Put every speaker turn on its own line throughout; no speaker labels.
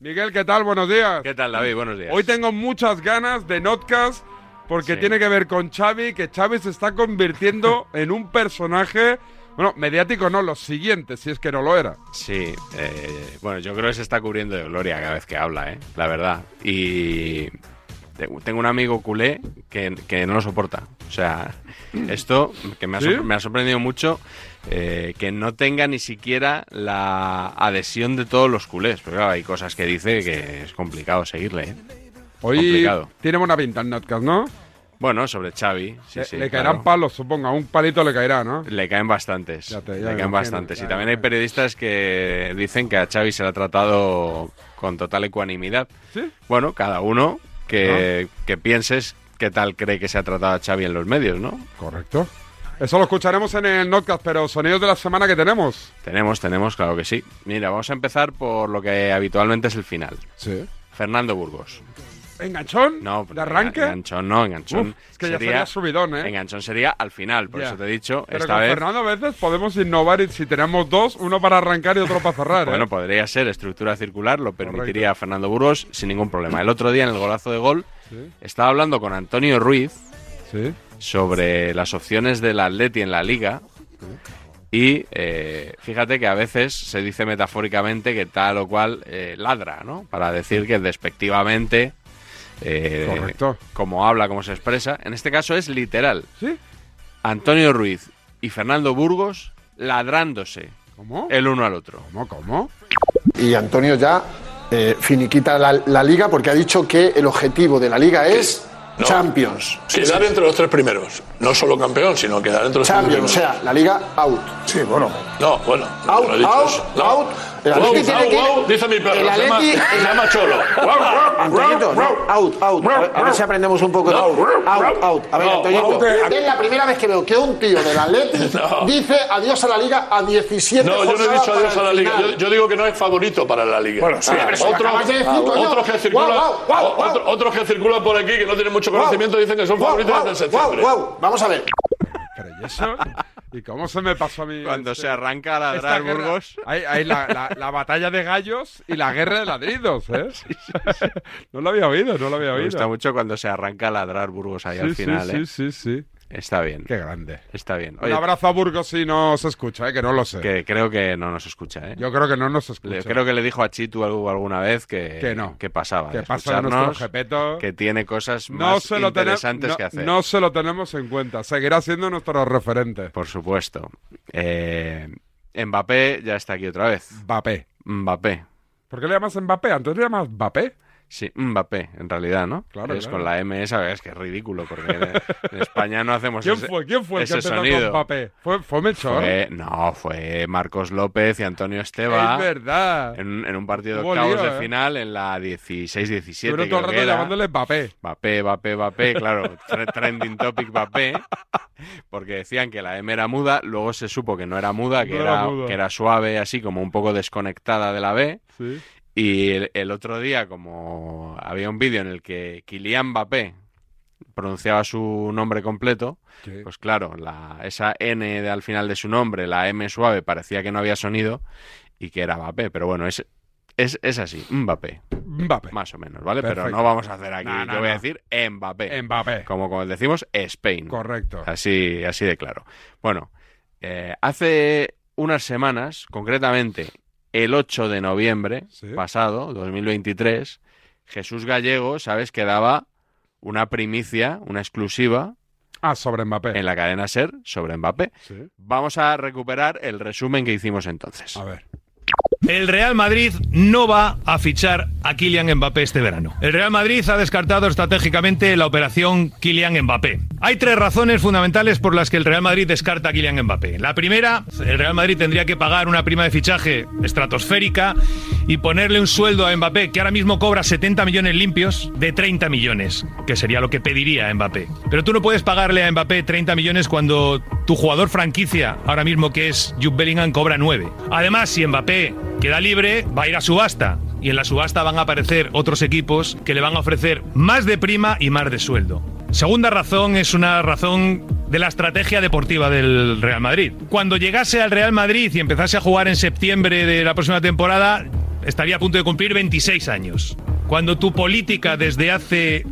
Miguel, ¿qué tal? Buenos días.
¿Qué tal, David? Buenos días.
Hoy tengo muchas ganas de Notcast porque
Sí.
tiene que ver con Xavi, que Xavi se está convirtiendo en un personaje, bueno, mediático no, lo siguiente, si es que no lo era.
Sí, eh, bueno, yo creo que se está cubriendo de gloria cada vez que habla, ¿eh? la verdad. Y te- tengo un amigo culé que, que no lo soporta. O sea, esto que me ha,
¿Sí?
sor- me ha sorprendido mucho eh, que no tenga ni siquiera la adhesión de todos los culés. Pero claro, hay cosas que dice que es complicado seguirle. ¿eh?
Hoy
Complicado.
tiene buena pinta el Notcast, ¿no?
Bueno, sobre Xavi, sí,
le,
sí.
Eh, le caerán
claro.
palos, supongo, un palito le caerá, ¿no?
Le caen bastantes.
Ya te- ya
le
me
caen
imagino,
bastantes.
ya
y
me
también hay periodistas que dicen que a Xavi se le ha tratado con total ecuanimidad.
¿Sí?
Bueno, cada uno que, que pienses qué tal cree que se ha tratado a Xavi en los medios, ¿no?
Correcto. Eso lo escucharemos en el Notcast, pero sonidos de la semana que tenemos.
Tenemos, tenemos, claro que sí. Mira, vamos a empezar por lo que habitualmente es el final.
Sí.
Fernando Burgos.
¿Enganchón?
No,
¿De arranque?
Enganchón, no, enganchón.
Uf, es que ya sería subidón, ¿eh?
Enganchón sería al final, por
Ya.
eso te he dicho.
Pero
esta
con
vez.
Fernando a veces podemos innovar y si tenemos dos, uno para arrancar y otro para cerrar. ¿eh?
Bueno, podría ser estructura circular, lo permitiría Fernando Burgos sin ningún problema. El otro día en el golazo de gol
Sí,
estaba hablando con Antonio Ruiz
sí.
sobre las opciones del Atleti en la liga. Y eh, fíjate que a veces se dice metafóricamente que tal o cual eh, ladra, ¿no? Para decir que despectivamente, eh,
Correcto.
como habla, como se expresa. En este caso es literal.
¿Sí?
Antonio Ruiz y Fernando Burgos ladrándose
¿Cómo?
el uno al otro.
¿Cómo, cómo?
Y Antonio ya eh, finiquita la, la liga porque ha dicho que el objetivo de la liga es
No.
Champions.
Quedar entre los tres primeros. No solo campeón, sino quedar entre los
Champions, o
tres
sea, la liga out. Sí, bueno.
primeros. No, bueno. no
Out,
lo he dicho
out,
eso. No.
out. El
Wow,
Atleti tiene
wow,
que ir-
wow, dice mi perro.
el
se, llama,
Atleti-
se llama Cholo. Wow, wow,
Antoñito,
wow,
no,
wow.
out, out. A ver, a ver si aprendemos un poco. de-
No.
Out, out. A ver,
No,
Antoñito.
out.
a ver, Es la primera vez que veo que un tío del Atleti
No.
dice adiós a la liga a 17
No, yo no he
jornadas
dicho adiós
para
a la
el
liga.
final.
Yo, yo digo que no es favorito para la liga. Bueno, sí,
pero si lo acabas de decir, coño.
otros, que circulan,
Guau, guau, guau, guau.
otro- otros que circulan por aquí que no tienen mucho
Guau.
conocimiento dicen que son
Guau,
favoritos
guau,
desde septiembre.
guau, guau. Vamos a ver.
Pero ¿y eso? ¿Y cómo se me pasó a mí?
Cuando
este-
se arranca a
esta
ladrar
guerra?
Burgos.
Hay, hay la, la- la batalla de gallos y la guerra de ladridos, ¿eh? no lo había oído, no lo había
Me
oído.
gusta mucho cuando se arranca a ladrar Burgos ahí
sí,
al final,
sí,
¿eh?
sí, sí, sí.
Está bien,
Qué grande.
está bien.
Un
Oye,
abrazo a Burgos si no se escucha, ¿eh? que no lo sé.
que creo que no nos escucha, ¿eh?
Yo creo que no nos
Le-
escucha.
creo que le dijo a Chitu algo alguna vez que,
Que no.
pasaba.
que
de
pasa de nuestro
escucharnos,
jepeto.
que tiene cosas
no
más
se lo tene-
interesantes
no-
que hacer.
no se lo tenemos en cuenta. Seguirá siendo nuestro referente.
Por supuesto. Eh, Mbappé ya está aquí otra vez.
Mbappé.
Mbappé.
¿Por qué le llamas Mbappé? Antes le llamas Mbappé.
Sí, Mbappé, en realidad, ¿no?
Claro,
es
claro.
con la M esa, es que es ridículo, porque en España no hacemos
¿Quién
ese-
fue? ¿Quién fue el que
ese
empezó
sonido.
con Mbappé? ¿Fue, fue Melchor?
Fue- no, fue Marcos López y Antonio Esteba.
es verdad.
en, en un partido de
Hubo
octavos
lío,
de
¿eh?
final en la 16-17
Duró todo el
creo
rato
que era.
llamándole Mbappé.
Mbappé, Mbappé, Mbappé, claro, tre- trending topic Mbappé, porque decían que la M era muda, luego se supo que no era muda, que,
No era
era,
muda.
que era suave, así como un poco desconectada de la B,
Sí.
y el, el otro día como había un vídeo en el que Kylian Mbappé pronunciaba su nombre completo,
¿Qué?
pues claro, la, esa N de al final de su nombre, la M suave, parecía que no había sonido y que era Mbappé. Pero bueno, es, es, es así, Mbappé,
Mbappé.
más o menos, ¿vale? Pero
Perfecto.
no vamos a hacer aquí,
No, no,
yo voy a
no.
decir Mbappé.
Mbappé.
Como, como decimos, Spain.
Correcto.
Así, así de claro. Bueno, eh, hace unas semanas, concretamente el 8 de noviembre
Sí.
pasado, 2023, Jesús Gallego, ¿sabes? Que daba una primicia, una exclusiva
Ah, sobre Mbappé.
en la cadena SER sobre Mbappé.
Sí.
Vamos a recuperar el resumen que hicimos entonces.
A ver.
El Real Madrid no va a fichar a Kylian Mbappé este verano. El Real Madrid ha descartado estratégicamente la operación Kylian Mbappé. Hay tres razones fundamentales por las que el Real Madrid descarta a Kylian Mbappé. La primera, el Real Madrid tendría que pagar una prima de fichaje estratosférica y ponerle un sueldo a Mbappé que ahora mismo cobra 70 millones limpios de 30 millones, que sería lo que pediría Mbappé. Pero tú no puedes pagarle a Mbappé 30 millones cuando tu jugador franquicia, ahora mismo que es Jude Bellingham, cobra 9. Además, si Mbappé queda libre, va a ir a subasta. Y en la subasta van a aparecer otros equipos que le van a ofrecer más de prima y más de sueldo. Segunda razón es una razón de la estrategia deportiva del Real Madrid. Cuando llegase al Real Madrid y empezase a jugar en septiembre de la próxima temporada, estaría a punto de cumplir 26 años. Cuando tu política desde hace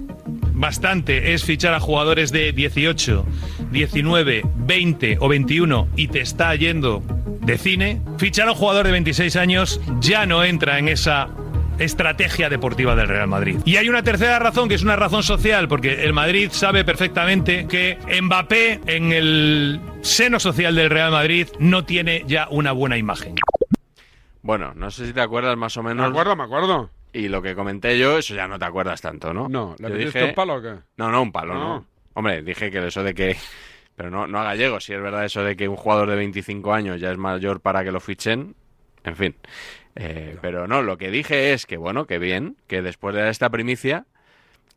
bastante es fichar a jugadores de 18, 19, 20 o 21 y te está yendo de cine, fichar a un jugador de 26 años ya no entra en esa estrategia deportiva del Real Madrid. Y hay una tercera razón que es una razón social, porque el Madrid sabe perfectamente que Mbappé en el seno social del Real Madrid no tiene ya una buena imagen.
Bueno, no sé si te acuerdas más o
Me
menos.
acuerdo, me acuerdo.
Y lo que comenté yo, eso ya no te acuerdas tanto, ¿no?
No, ¿le
Yo
metiste
dije-
un palo o qué?
No, no, un palo, no.
No.
Hombre, dije que eso de que. Pero no, no a gallego, si es verdad eso de que un jugador de 25 años ya es mayor para que lo fichen. En fin. Eh, pero no, lo que dije es que, bueno, que bien, que después de esta primicia,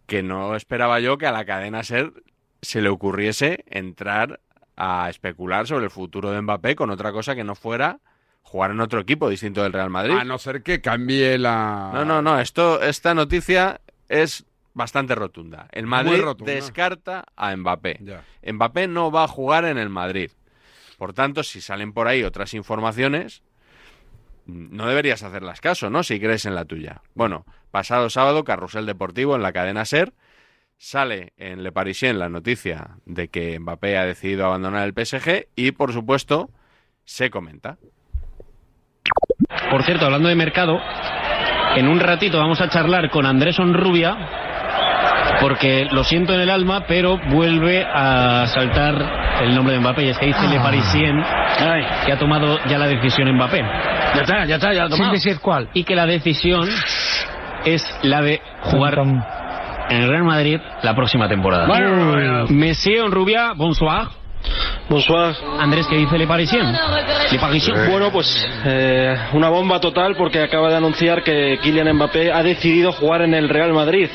que no esperaba yo que a la cadena Ser se le ocurriese entrar a especular sobre el futuro de Mbappé con otra cosa que no fuera jugar en otro equipo distinto del Real Madrid.
A Ah, no ser que cambie la.
No, no, no. Esto, esta noticia es bastante rotunda. El Madrid
rotunda.
descarta a Mbappé.
Ya.
Mbappé no va a jugar en el Madrid. Por tanto, si salen por ahí otras informaciones, mm, no deberías hacerlas caso, ¿no? Si crees en la tuya. Bueno, pasado sábado, Carrusel Deportivo en la cadena Ser. Sale en Le Parisien la noticia de que Mbappé ha decidido abandonar el PSG y, por supuesto, se comenta.
Por cierto, hablando de mercado, en un ratito vamos a charlar con Andrés Onrubia, porque lo siento en el alma, pero vuelve a saltar el nombre de Mbappé, y es que dice Le Parisien que ha tomado ya la decisión Mbappé. Ya está, ya está, ya ha tomado. cuál. Y que la decisión es la de jugar en el Real Madrid la próxima temporada. Monsieur Onrubia, bonsoir.
Bonsoir.
Andrés, ¿qué dice Le Parisien? Le Parisien.
Bueno, pues eh, una bomba total porque acaba de anunciar que Kylian Mbappé ha decidido jugar en el Real Madrid,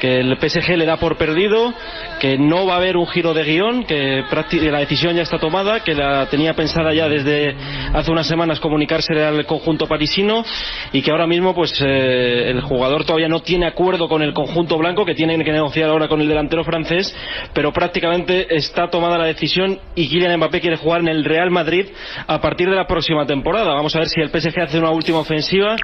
que el PSG le da por perdido, que no va a haber un giro de guión, que prácti- la decisión ya está tomada, que la tenía pensada ya desde hace unas semanas comunicarse al conjunto parisino y que ahora mismo pues eh, el jugador todavía no tiene acuerdo con el conjunto blanco que tienen que negociar ahora con el delantero francés, pero prácticamente está tomada la decisión y Kylian Mbappé quiere jugar en el Real Madrid a partir de la próxima temporada. Vamos a ver si el PSG hace una última ofensiva.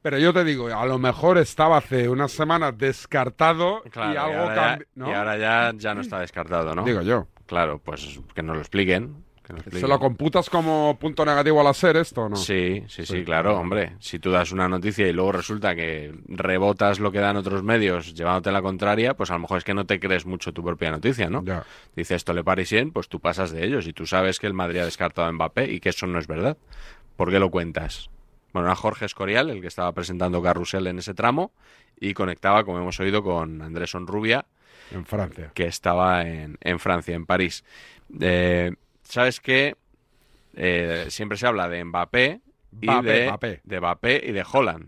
Pero yo te digo, a lo mejor estaba hace unas semanas descartado
Claro,
y algo
ahora ya-
cambió. ¿no?
y ahora ya, ya no está descartado, ¿no?
Digo yo.
Claro, pues que nos lo expliquen. que nos
¿Se
expliquen.
lo computas como punto negativo al hacer esto o no?
Sí, sí, sí, claro, hombre. Si tú das una noticia y luego resulta que rebotas lo que dan otros medios llevándote la contraria, pues a lo mejor es que no te crees mucho tu propia noticia, ¿no?
Ya.
Dice esto le parisien, pues tú pasas de ellos y tú sabes que el Madrid ha descartado a Mbappé y que eso no es verdad. ¿Por qué lo cuentas? Bueno, era Jorge Escorial, el que estaba presentando Carrusel en ese tramo y conectaba, como hemos oído, con Andrés Onrubia,
En Francia.
que estaba en, en Francia, en París. Eh, ¿Sabes qué? Eh, siempre se habla de Mbappé y
Mbappé,
de,
Mbappé.
de Mbappé y de Holland.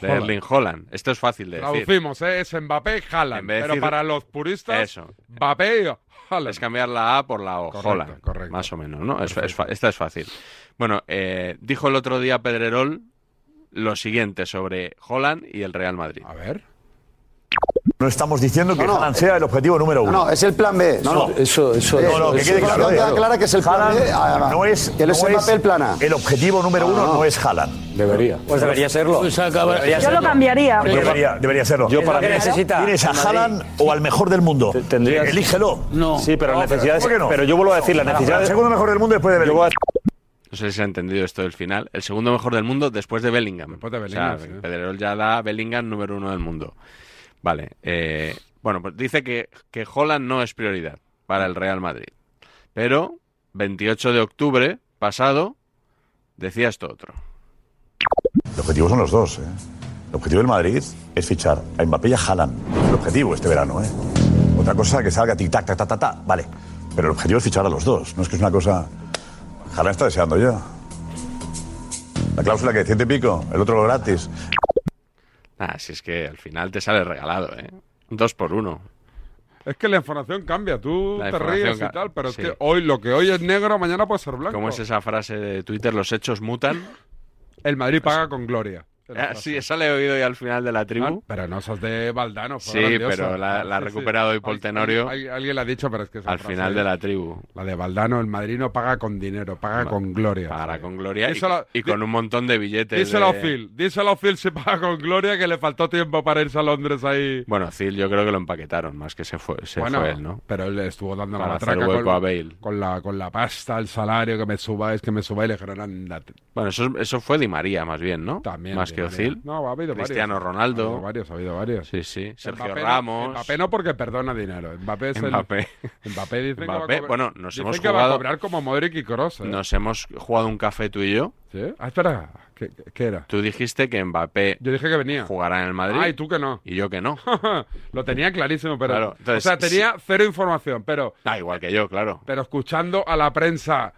De
Haaland.
Erling Holland. Esto es fácil de decir.
Traducimos, ¿eh? es Mbappé,
En
Haaland.
vez de
Pero
decir-
para los puristas,
Eso.
Mbappé y Haaland.
Es cambiar la A por la O.
Correcto,
Holland.
correcto.
Más o menos, ¿no? Es- es fa- esta es fácil. Bueno, eh, dijo el otro día Pedrerol lo siguiente sobre Holland y el Real Madrid.
A ver.
No estamos diciendo que
No, no.
Haaland sea el objetivo número
No,
uno.
no, es el plan B. No, no,
Eso, eso.
No, no, que
eso
quede
es
claro.
lo que
eh,
Eh, queda clara que es el plan Ah,
Haaland
B, además.
No es,
Que él es
no
Mbappé el plan A.
El objetivo número uno
no.
no es Haaland.
Debería.
Pues debería serlo.
Yo lo cambiaría.
Debería, debería serlo.
Yo para mí necesita.
¿Tienes a Haaland o al mejor del mundo?
tendrías-
Elígelo.
No. Sí, pero las necesidades.
¿por qué no?
Pero yo vuelvo a decir, las
El
necesidades.
segundo mejor del mundo después de
yo
Bellingham.
voy a-
No sé si se ha entendido esto del final. El segundo mejor del mundo después de Bellingham.
Después de Bellingham,
O sea,
sí.
Pedrerol ya da a Bellingham número uno del mundo. Vale. eh, bueno, pues dice que, que Holland no es prioridad para el Real Madrid. Pero 28 de octubre pasado decía esto otro.
El objetivo son los dos. ¿eh? El objetivo del Madrid es fichar a Mbappé y a Haaland. El objetivo este verano. ¿eh? Otra cosa que salga tic-tac, ta, ta, ta, ta, vale. Pero el objetivo es fichar a los dos. No es que es una cosa. Haaland está deseando ya. La cláusula que ciento y pico, el otro lo gratis.
Ah, si es que al final te sale regalado, ¿eh? Dos por uno.
Es que la información cambia, tú te
La información
ríes y
ca-
tal, pero
sí.
es que hoy lo que hoy es negro, mañana puede ser blanco.
¿Cómo es esa frase de Twitter? Los hechos mutan.
El Madrid paga con gloria.
Ah, sí, esa la he oído ya al final de la tribu.
Ah, pero no, sos de Valdano.
Sí, pero la, la ha recuperado hoy Paul Tenorio
alguien la ha dicho, pero es que esa
al
frase-
final de la tribu.
La de Valdano, el madrino paga con dinero, paga con gloria.
Para con gloria y,
Díselo-
y con un montón de billetes.
Díselo a
de-
Phil, díselo a Phil si paga con gloria que le faltó tiempo para irse a Londres ahí.
Bueno, Phil yo creo que lo empaquetaron, más que se fue, se
Bueno,
fue él, ¿no?
Pero él estuvo dando
Para
la
hacer
matraca
hueco
con,
a Bale.
con la, con la pasta, el salario, que me subáis, que me subáis, le dijeron, andate.
Bueno, eso, eso fue Di María más bien, ¿no?
También,
Más
Di
que
María.
Ozil.
No, ha habido varios.
Cristiano
Ha
Ronaldo.
habido varios, ha habido varios.
Sí, sí. Sergio
Mbappé no-
Ramos.
Mbappé no porque perdona dinero. Mbappé es el-
Mbappé.
Mbappé dice que va a
Mbappé,
cobrar-
bueno, nos
dice
hemos
que va a
jugado-
cobrar como Modric y Kroos, ¿eh?
Nos hemos jugado un café tú y yo.
¿Sí? Ah, espera, ¿qué, qué era?
Tú dijiste que Mbappé
Yo dije que venía.
jugará en el Madrid.
Ah, y tú que no.
y yo que no.
Lo tenía clarísimo, pero...
Claro, entonces,
o sea, tenía cero información, pero...
Ah, igual que yo, claro.
pero escuchando a la prensa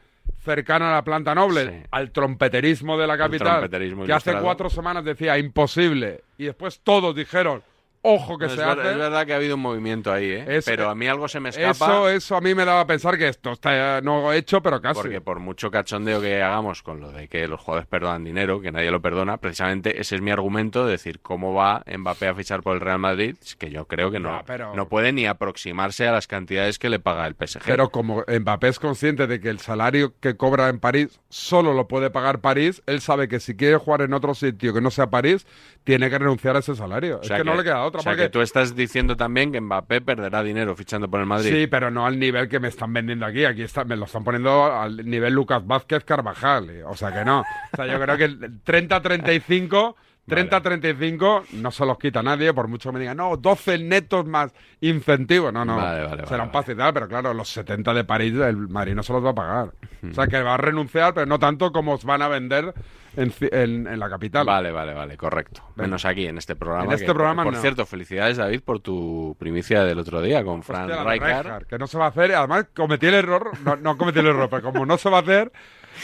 cercana a la planta noble,
Sí.
al trompeterismo de la capital, que
trompeterismo
hace
ilustrado.
cuatro semanas decía imposible, y después todos dijeron, ojo que
No, es,
se
ver-
hace.
es verdad que ha habido un movimiento ahí, ¿eh?
Es-
pero a mí algo se me escapa.
Eso, eso a mí me daba a pensar que esto está eh, no hecho, pero casi.
Porque por mucho cachondeo que hagamos con lo de que los jugadores perdonan dinero, que nadie lo perdona, precisamente ese es mi argumento de decir cómo va Mbappé a fichar por el Real Madrid, que yo creo que no,
Ya, pero-
no puede ni aproximarse a las cantidades que le paga el PSG.
Pero como Mbappé es consciente de que el salario que cobra en París solo lo puede pagar París, él sabe que si quiere jugar en otro sitio que no sea París, tiene que renunciar a ese salario.
O sea
es que, no le queda otra.
O sea
porque-
que tú estás diciendo también que Mbappé perderá dinero fichando por el Madrid.
Sí, pero no al nivel que me están vendiendo aquí. Aquí está, me lo están poniendo al nivel Lucas Vázquez Carvajal. eh. O sea que no. O sea, yo creo que el 30-35, 30-35 no se los quita nadie, por mucho que me digan, no, 12 netos más incentivos. No, no.
Vale, vale, vale,
Será un
vale.
pase y tal, pero claro, los 70 de París el Madrid no se los va a pagar. O sea que va a renunciar, pero no tanto como os van a vender en, ci- en- en la capital.
Vale, vale, vale, correcto. Menos aquí en este programa.
En este
que-
programa
Por
no.
cierto, felicidades David por tu primicia del otro día con
Hostia,
Fran
la de
Rijkaard.
Rijkaard, que no se va a hacer, además cometí el error, no, no cometí el error, pero como no se va a hacer,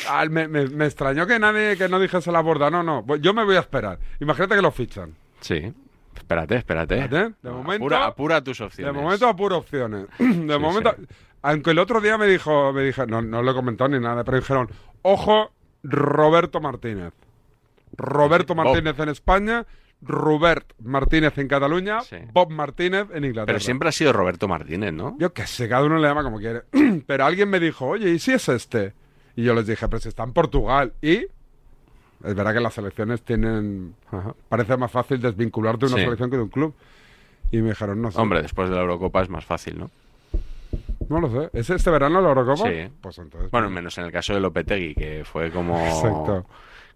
al- me, me- me extrañó que nadie que no dijese la borda, no, no, voy- yo me voy a esperar. Imagínate que lo fichan.
Sí. Espérate, espérate.
Espérate, de momento-
apura, apura tus
De
opciones.
momento apuro opciones. De momento, aunque el otro día me dijo, me dije, no, no lo he comentado ni nada, pero dijeron, ojo, Roberto Martínez. Roberto
Bob.
Martínez en España, Robert Martínez en Cataluña,
Sí.
Bob Martínez en Inglaterra.
Pero siempre ha sido Roberto Martínez, ¿no?
Yo qué sé, cada uno le llama como quiere. Pero alguien me dijo, oye, ¿y si es este? Y yo les dije, pero si está en Portugal. Y es verdad que las selecciones tienen... Ajá. Parece más fácil desvincularte de una
Sí.
selección que de un club. Y me dijeron, no sé.
Pues Hombre, después de la Eurocopa es más fácil, ¿no?
No lo sé. ¿Es este verano la Eurocopa?
Sí.
Pues entonces...
Bueno, menos en el caso de Lopetegui, que fue como,
Exacto.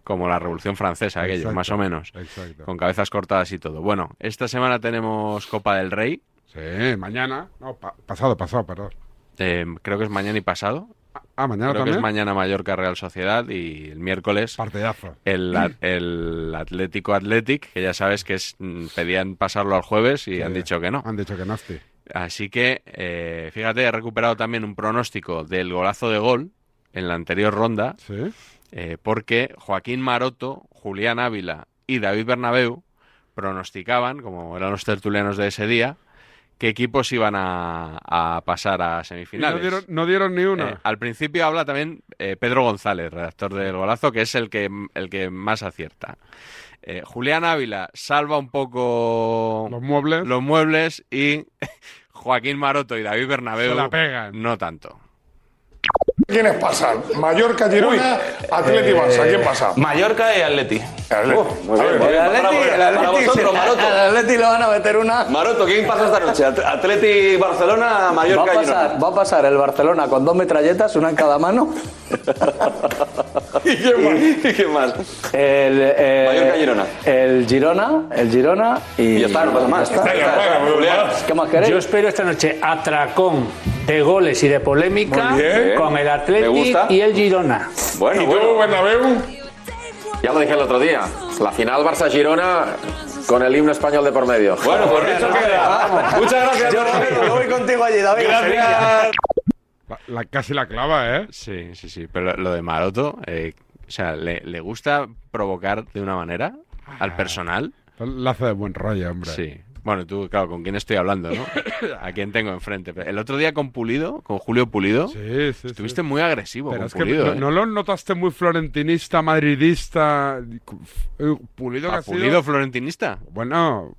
como la Revolución Francesa, aquello,
Exacto,
más o menos.
exacto.
Con cabezas cortadas y todo. Bueno, esta semana tenemos Copa del Rey.
Sí, mañana. No, pa- pasado, pasado, perdón.
eh, creo que es mañana y pasado.
Ah, mañana
Creo que es
también.
mañana Mallorca Real Sociedad y el miércoles
Partidazo.
el, a- el Atlético Athletic, que ya sabes que es, mm, pedían pasarlo al jueves y han
Sí.
dicho que no.
Han dicho que nasty.
Así que, eh, fíjate, he recuperado también un pronóstico del golazo de gol en la anterior ronda,
Sí.
eh, porque Joaquín Maroto, Julián Ávila y David Bernabeu pronosticaban, como eran los tertulianos de ese día, qué equipos iban a, a pasar a
Y no
semifinales.
dieron, no dieron ni una.
Eh, al principio habla también eh, Pedro González, redactor del Golazo, que es el que, el que más acierta. Eh, Julián Ávila salva un poco
Los muebles
los muebles y Joaquín Maroto y David Bernabeu
se la pegan.
no tanto.
¿Quiénes pasan? Mallorca, Girona,
Eh.
Atleti, Barça.
Eh,
¿Quién pasa?
Mallorca y Atleti.
Atleti. A ver,
El Atleti, el Atleti, se- al Atleti le van a meter una. Maroto, ¿quién pasa esta noche? Atleti, Barcelona, Mallorca y Girona. Va a pasar el Barcelona con dos metralletas, una en cada mano. ¿Y qué más? El, Mallorca Girona. El Girona, el Girona y. ya está, no pasa más. ¿Qué más queréis?
Yo espero esta noche atracón de goles y de polémica
Muy bien.
con el
Me gusta.
Atlético y el Girona.
Bueno,
¿Y tú, Bernabéu?
Ya lo dije el otro día. La final Barça-Girona con el himno español de por medio. Bueno, pues dicho queda. Muchas gracias. Yo voy contigo allí, David. Gracias.
La- la- casi la clava, ¿eh?
Sí, sí, sí. Pero lo de Maroto, eh, o sea, le, le
Ah.
gusta provocar de una manera al personal.
La hace de buen rollo, hombre.
Sí. Bueno, tú, claro, ¿con quién estoy hablando, no? ¿A quién tengo enfrente? Pero El otro día con Pulido, con Julio Pulido, estuviste muy agresivo
Pero
con
es que
Pulido.
no,
¿eh?
no lo notaste muy florentinista, madridista? Eh, Pulido que
¿A
ha sido-
Ah, Pulido florentinista?
Bueno,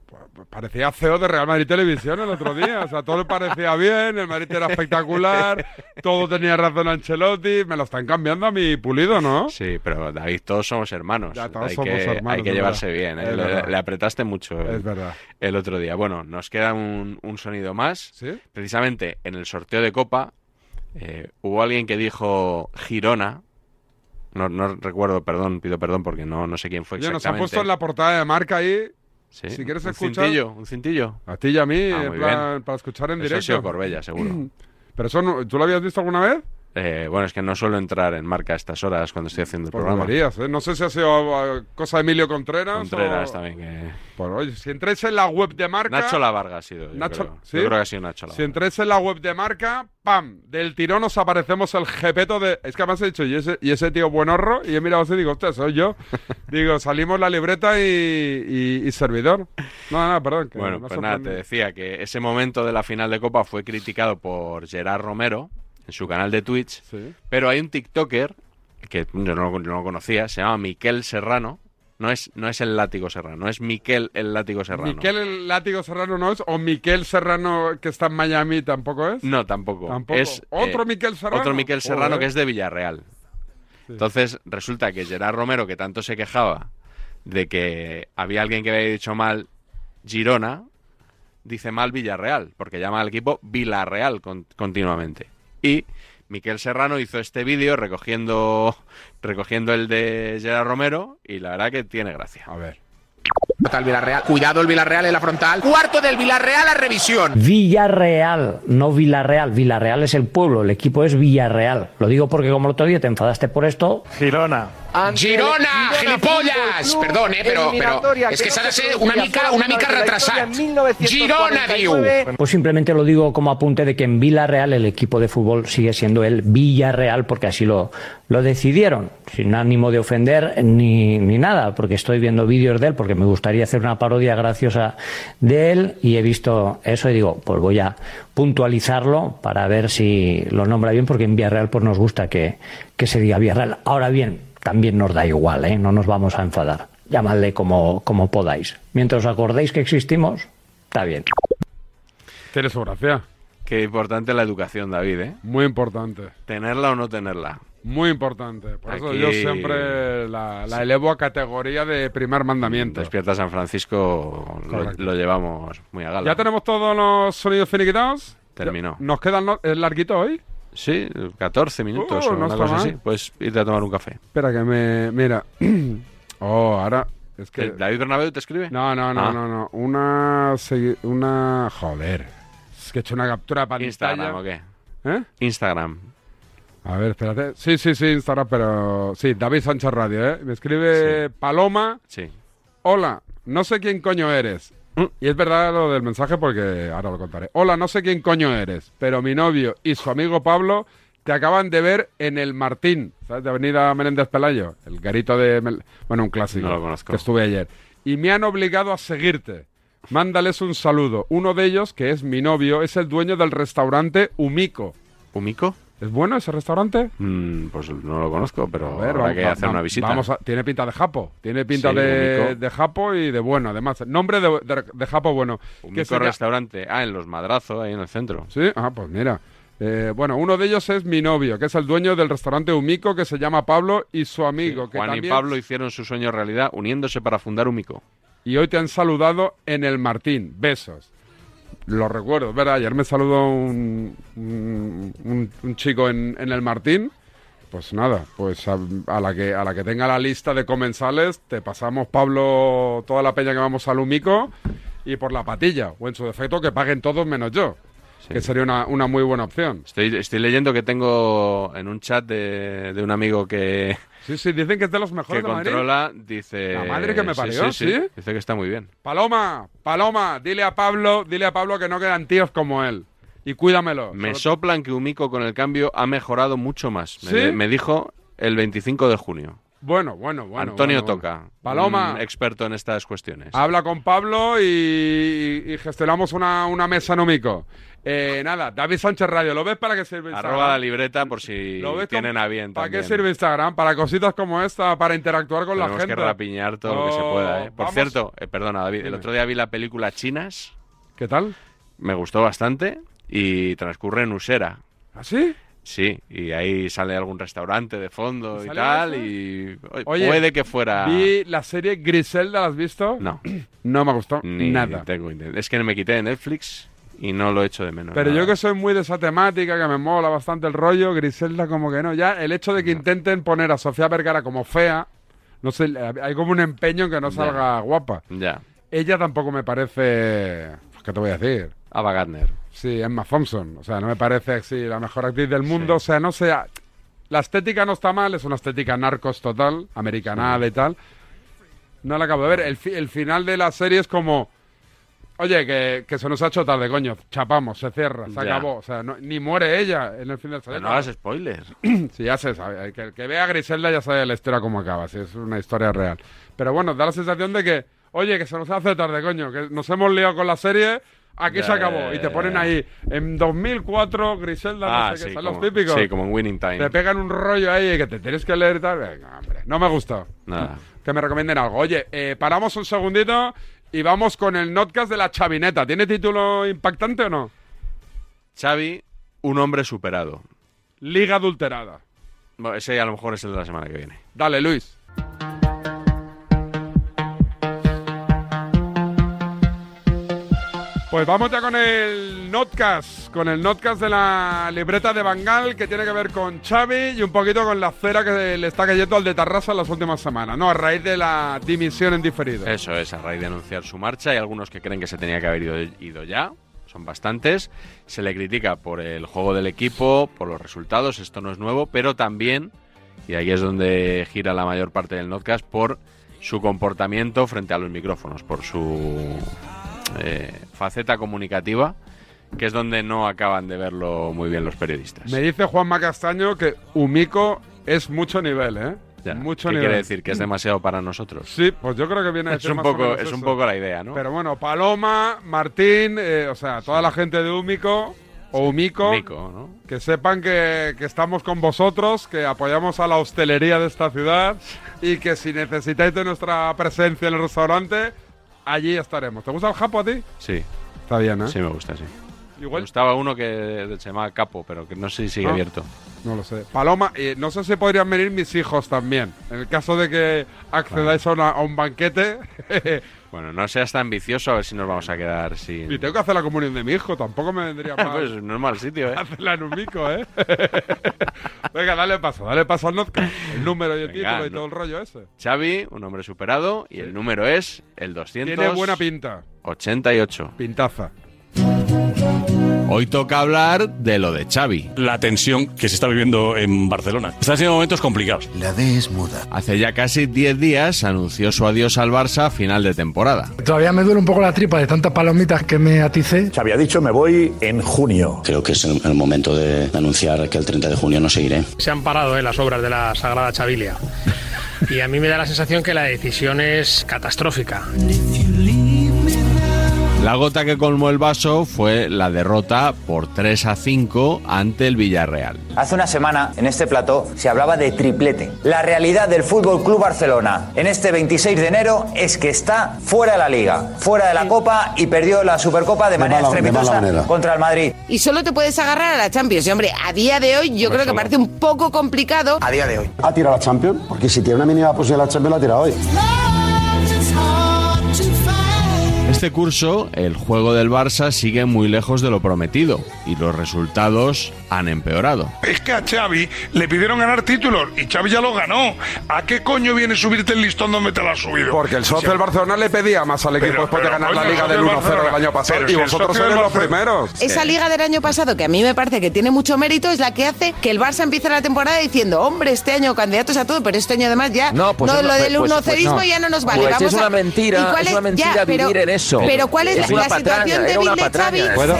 parecía CEO de Real Madrid Televisión el otro día. O sea, todo le parecía bien, el Madrid era espectacular, todo tenía razón Ancelotti. Me lo están cambiando a mi Pulido, ¿no?
Sí, pero David, todos somos hermanos.
Ya, todos
hay,
somos
que,
hermanos,
hay que
es
llevarse
verdad.
bien. ¿eh?
Es
Le,
verdad.
le apretaste mucho el,
Es verdad.
el otro día. Bueno, nos queda un, un sonido más.
¿Sí?
Precisamente en el sorteo de Copa eh, hubo alguien que dijo Girona. No, no recuerdo, perdón, pido perdón porque no, no sé quién fue
Ya nos
Pues exactamente.
han puesto en la portada de marca ahí.
Sí,
Si quieres
un
escuchar.
cintillo, un cintillo.
A ti y a mí,
Ah,
en
muy
plan,
bien.
para escuchar en
Eso ha
directo.
sido Corbella, seguro.
Pero eso, no- ¿tú lo habías visto alguna vez?
Eh, bueno, es que no suelo entrar en marca a estas horas cuando estoy haciendo el
Pues
programa.
deberías, ¿eh? No sé si ha sido eh, cosa de Emilio Contreras. o-
Contreras también. que-
Pues oye, si entréis en la web de marca.
Nacho La Varga ha sido. Yo,
Nacho-
creo.
¿sí?
Yo creo que ha sido Nacho La
Si entréis en la web de marca, ¡pam! Del tirón os aparecemos el jepeto de. Es que además he dicho, ¿y ese, y ese tío buenorro? Y he mirado así y digo, hostia, soy yo. digo, salimos la libreta y, y- y servidor. No, no, perdón. que
Bueno,
me ha
pues nada, te
sorprendido.
decía que ese momento de la final de Copa fue criticado por Gerard Romero en su canal de Twitch, pero hay un TikToker que yo no, lo- no lo conocía, se llama Miquel Serrano. No es, no es el látigo serrano, es Miquel el látigo serrano.
Miquel el látigo Serrano no es, o Miquel Serrano que está en Miami tampoco es.
No, tampoco.
Tampoco.
Es, eh,
Otro Miquel Serrano.
Otro Miquel Serrano
Joder.
que es de Villarreal. Entonces, resulta que Gerard Romero, que tanto se quejaba de que había alguien que había dicho mal Girona, dice mal Villarreal, porque llama al equipo Villarreal con- continuamente. Y Miquel Serrano hizo este vídeo recogiendo, recogiendo el de Gerard Romero y la verdad que tiene gracia.
A ver.
Total, Villarreal. Cuidado el Villarreal en la frontal. Cuarto del Villarreal a revisión.
Villarreal, no Villarreal. Villarreal es el pueblo, el equipo es Villarreal. Lo digo porque como el otro día te enfadaste por esto.
Girona. Girona, gilipollas.
Fútbol Club,
Perdón, eh, pero, pero
eliminatoria
es que
que no
s'ha de
se
ser una
producia
mica, una mica
fora de la
retrasat.
història
Girona, diu.
Pues simplemente lo digo como apunte de que en Villarreal el equipo de fútbol sigue siendo el Villarreal porque así lo, lo decidieron, sin ánimo de ofender ni, ni nada, porque estoy viendo vídeos de él porque me gustaría hacer una parodia graciosa de él y he visto eso y digo, pues voy a puntualizarlo para ver si lo nombra bien porque en Villarreal pues nos gusta que, que se diga Villarreal. Ahora bien, también nos da igual, ¿eh? no nos vamos a enfadar. Llamadle como, como podáis. Mientras os acordéis que existimos, está bien.
Tiene su gracia.
Qué importante la educación, David, ¿eh?
Muy importante.
Tenerla o no tenerla.
Muy importante. Por eso
Aquí-
yo siempre la, la
Sí.
elevo a categoría de primer mandamiento.
Despierta San Francisco lo,
Correcto.
lo llevamos muy a gala.
¿Ya tenemos todos los sonidos finiquitados?
Terminó.
¿Nos quedan no- el larguito hoy?
Sí, 14 minutos
Oh,
o
no
una
está
cosa
mal.
así. Puedes irte a tomar un café.
Espera que me... Mira. oh, ahora... Es que...
¿El ¿David Bernabéu te escribe?
No, no, no,
Ah.
no, no. Una... segui- Una... Joder. Es que he hecho una captura para
¿Instagram o qué?
¿Eh?
Instagram.
A ver, espérate. Sí, sí, sí, Instagram, pero... Sí, David Sánchez Radio, ¿eh? Me escribe Paloma.
Sí.
Hola, no sé quién coño eres. Mm, Y es verdad lo del mensaje porque ahora lo contaré. Hola, no sé quién coño eres, pero mi novio y su amigo Pablo te acaban de ver en el Martín, ¿sabes? De Avenida Menéndez Pelayo, el garito de... Mel- Bueno, un clásico.
No lo conozco.
Que estuve ayer. Y me han obligado a seguirte. Mándales un saludo. Uno de ellos, que es mi novio, es el dueño del restaurante Umico.
¿Umico?
¿Es bueno ese restaurante?
Mm, pues no lo conozco, pero
A ver,
habrá
vamos-
que
va-
hacer
va-
una visita.
vamos a- tiene pinta de japo. Tiene pinta
Sí,
de,
Umico.
de japo y de bueno, además. Nombre de, de- de japo bueno.
Umico
Que se llama-
restaurante. Ah, en Los Madrazos, ahí en el centro.
Sí, ah, pues mira. Eh, bueno, uno de ellos es mi novio, que es el dueño del restaurante Umico, que se llama Pablo, y su amigo, que
Juan y
también-
Pablo hicieron su sueño realidad uniéndose para fundar Umico.
y hoy te han saludado en el Martín. Besos. Lo recuerdo, ¿verdad? Ayer me saludó un, un, un- un chico en, en el Martín. Pues nada, pues a, a la que, a la que tenga la lista de comensales, te pasamos, Pablo, toda la peña que vamos al Umico y por la patilla, o en su defecto que paguen todos menos yo, que sería una, una muy buena opción.
Estoy, estoy leyendo que tengo en un chat de, de un amigo que,
Sí, sí, dicen que es de los mejores
que
de Madrid.
controla, dice...
La madre que me
sí,
parió,
sí, sí.
¿sí?
Dice que está muy bien.
Paloma, Paloma, dile a Pablo, dile a Pablo que no quedan tíos como él. Y cuídamelo.
Me
Sobre-
soplan que Umico con el cambio ha mejorado mucho más. Me,
¿Sí?
me dijo el 25 de junio.
Bueno, bueno, bueno.
Antonio
bueno,
Toca.
bueno. Paloma.
un experto en estas cuestiones.
Habla con Pablo y, y gestionamos una, una mesa nomico. Eh, nada, David Sánchez Radio, ¿lo ves para qué sirve Instagram?
Arroba la libreta por si
Lo ves con-
tienen a bien
¿Para
también.
qué sirve Instagram? Para cositas como esta, para interactuar con la
Tenemos
gente.
que rapiñar todo lo que se
Oh,
pueda. ¿eh? Por
vamos.
cierto, eh, perdona David, el otro día vi la película Chinas.
¿Qué tal?
Me gustó bastante y transcurre en Usera.
¿Ah, sí?
Sí, y ahí sale algún restaurante de fondo y
¿Sale
tal.
eso?
Y oye,
Oye,
puede que fuera.
Vi la serie Griselda, ¿la has visto?
No.
No me gustó
Ni
nada.
tengo idea. es que me quité de Netflix y no lo echo de menos.
Pero
nada.
yo que soy muy de esa temática, que me mola bastante el rollo, Griselda como que no. Ya el hecho de que intenten poner a Sofía Vergara como fea, no sé, hay como un empeño en que no
Ya.
salga guapa.
Ya.
Ella tampoco me parece... pues, ¿Qué te voy a decir?
Ava Gardner.
Sí, Emma Thompson. O sea, no me parece sí, la mejor actriz del mundo. O sea, no sé. La estética no está mal, es una estética narcos total, americanada y tal. No la acabo de ver. El, fi- el final de la serie es como. Oye, que, que se nos ha hecho tarde, coño. Chapamos, se cierra, se
Ya.
acabó. O sea, no- ni muere ella en el fin del
Pero
serie.
no hagas spoilers.
Sí, ya se sabe. El que, el que vea a Griselda ya sabe la historia cómo acaba, si es una historia real. Pero bueno, da la sensación de que, oye, que se nos hace tarde, coño, que nos hemos liado con la serie, aquí
Ya,
se
ya,
acabó.
ya,
y te
ya,
ponen
ya.
ahí, en 2004, Griselda,
Ah,
no sé
sí,
qué, son
como,
los típicos.
sí, como en Winning Time.
Te pegan un rollo ahí que te tienes que leer y tal. Venga, hombre, no me ha gustado.
Nada.
Que me recomienden algo. Oye, eh, paramos un segundito y vamos con el notcast de la chavineta. ¿Tiene título impactante o no?
Xavi, un hombre superado.
Liga adulterada.
Bueno, ese a lo mejor es el de la semana que viene.
Dale, Luis. Pues vamos ya con el notcast, con el notcast de la libreta de Bangal que tiene que ver con Xavi y un poquito con la cera que le está cayendo al de Tarrasa en las últimas semanas, ¿no? A raíz de la dimisión en diferido.
Eso es, a raíz de anunciar su marcha, hay algunos que creen que se tenía que haber ido, ido ya, son bastantes. Se le critica por el juego del equipo, por los resultados, esto no es nuevo, pero también, y ahí es donde gira la mayor parte del podcast, por su comportamiento frente a los micrófonos, por su eh, faceta comunicativa, que es donde no acaban de verlo muy bien los periodistas.
Me dice Juanma Castaño que Umico es mucho nivel, ¿eh?
Ya,
Mucho
¿Qué
nivel.
quiere decir? Que es demasiado para nosotros.
Sí, pues yo creo que viene a
Es
decir
un
más o
poco,
menos
es un
eso.
poco la idea, ¿no?
Pero bueno, Paloma, Martín, eh, o sea, toda la gente de Umico o Umico,
Mico, ¿no?
que sepan que, que estamos con vosotros, que apoyamos a la hostelería de esta ciudad y que si necesitáis de nuestra presencia en el restaurante, allí estaremos. ¿Te gusta el japo a ti?
Sí.
Está bien, ¿eh?
Sí, me gusta, sí.
Igual-
Me gustaba uno que Eh, se llamaba Capo, pero que no sé si sigue
Ah.
abierto.
No lo sé. Paloma, eh, no sé si podrían venir mis hijos también. En el caso de que accedáis a, una- a un banquete,
Bueno, no seas tan vicioso, a ver si nos vamos a quedar sin...
y tengo que hacer la comunión de mi hijo, tampoco me vendría mal.
pues no es mal sitio, ¿eh?
Hacerla en un mico, ¿eh? Venga, dale paso, dale paso al Nozca. El número y el
Venga,
título y
no-
todo el rollo ese.
Xavi, un hombre superado, y el número es el 200...
Tiene buena pinta.
88.
Pintaza.
Hoy toca hablar de lo de Xavi.
La tensión que se está viviendo en Barcelona. Están siendo momentos complicados. La D es muda.
Hace ya casi 10 días anunció su adiós al Barça a final de temporada.
Todavía me duele un poco la tripa de tantas palomitas que me aticé.
Se había dicho, me voy en junio.
Creo que es el, el momento de anunciar que el 30 de junio no seguiré.
Se han parado eh, las obras de la Sagrada Chavilia. Y a mí me da la sensación que la decisión es catastrófica.
La gota que colmó el vaso fue la derrota por 3 a 5 ante el Villarreal.
Hace una semana, en este plató, se hablaba de triplete. La realidad del Fútbol Club Barcelona en este 26 de enero es que está fuera de la Liga, fuera de la Copa y perdió la Supercopa de, manera
mala- de mala
estrepitosa
manera.
contra el Madrid.
Y solo te puedes agarrar a la Champions. Y hombre, a día de hoy yo creo que parece un poco complicado.
A día de hoy.
¿Ha tirado la Champions? Porque si tiene una mínima posibilidad la Champions, la ha tirado hoy.
Este curso, el juego del Barça sigue muy lejos de lo prometido y los resultados han empeorado.
Es que a Xavi le pidieron ganar títulos y Xavi ya lo ganó. ¿A qué coño viene subirte el listón donde te lo has subido?
Porque el socio del Barcelona le pedía más al equipo
Pero-
después de
pero,
ganar la
coño,
liga
el
del
socio del
1-0 del
Barcelona.
año pasado.
Pero
Y
si el
vosotros
socio del
sois los
Barcelona-
primeros.
Esa liga del año pasado, que a mí me parece que tiene mucho mérito, es la que hace que el Barça empiece la temporada diciendo, hombre, este año candidatos a todo, pero este año además ya no,
pues es
lo
una-
del
pues-
unocerismo
pues no.
ya no nos vale.
Pues
Vamos
es una
a-
mentira,
¿Y cuál
es una mentira
ya,
vivir en eso.
Pero ¿cuál es,
Es
la,
una
la
patraña,
situación
era una
débil de
patraña.
Xavi?
Bueno.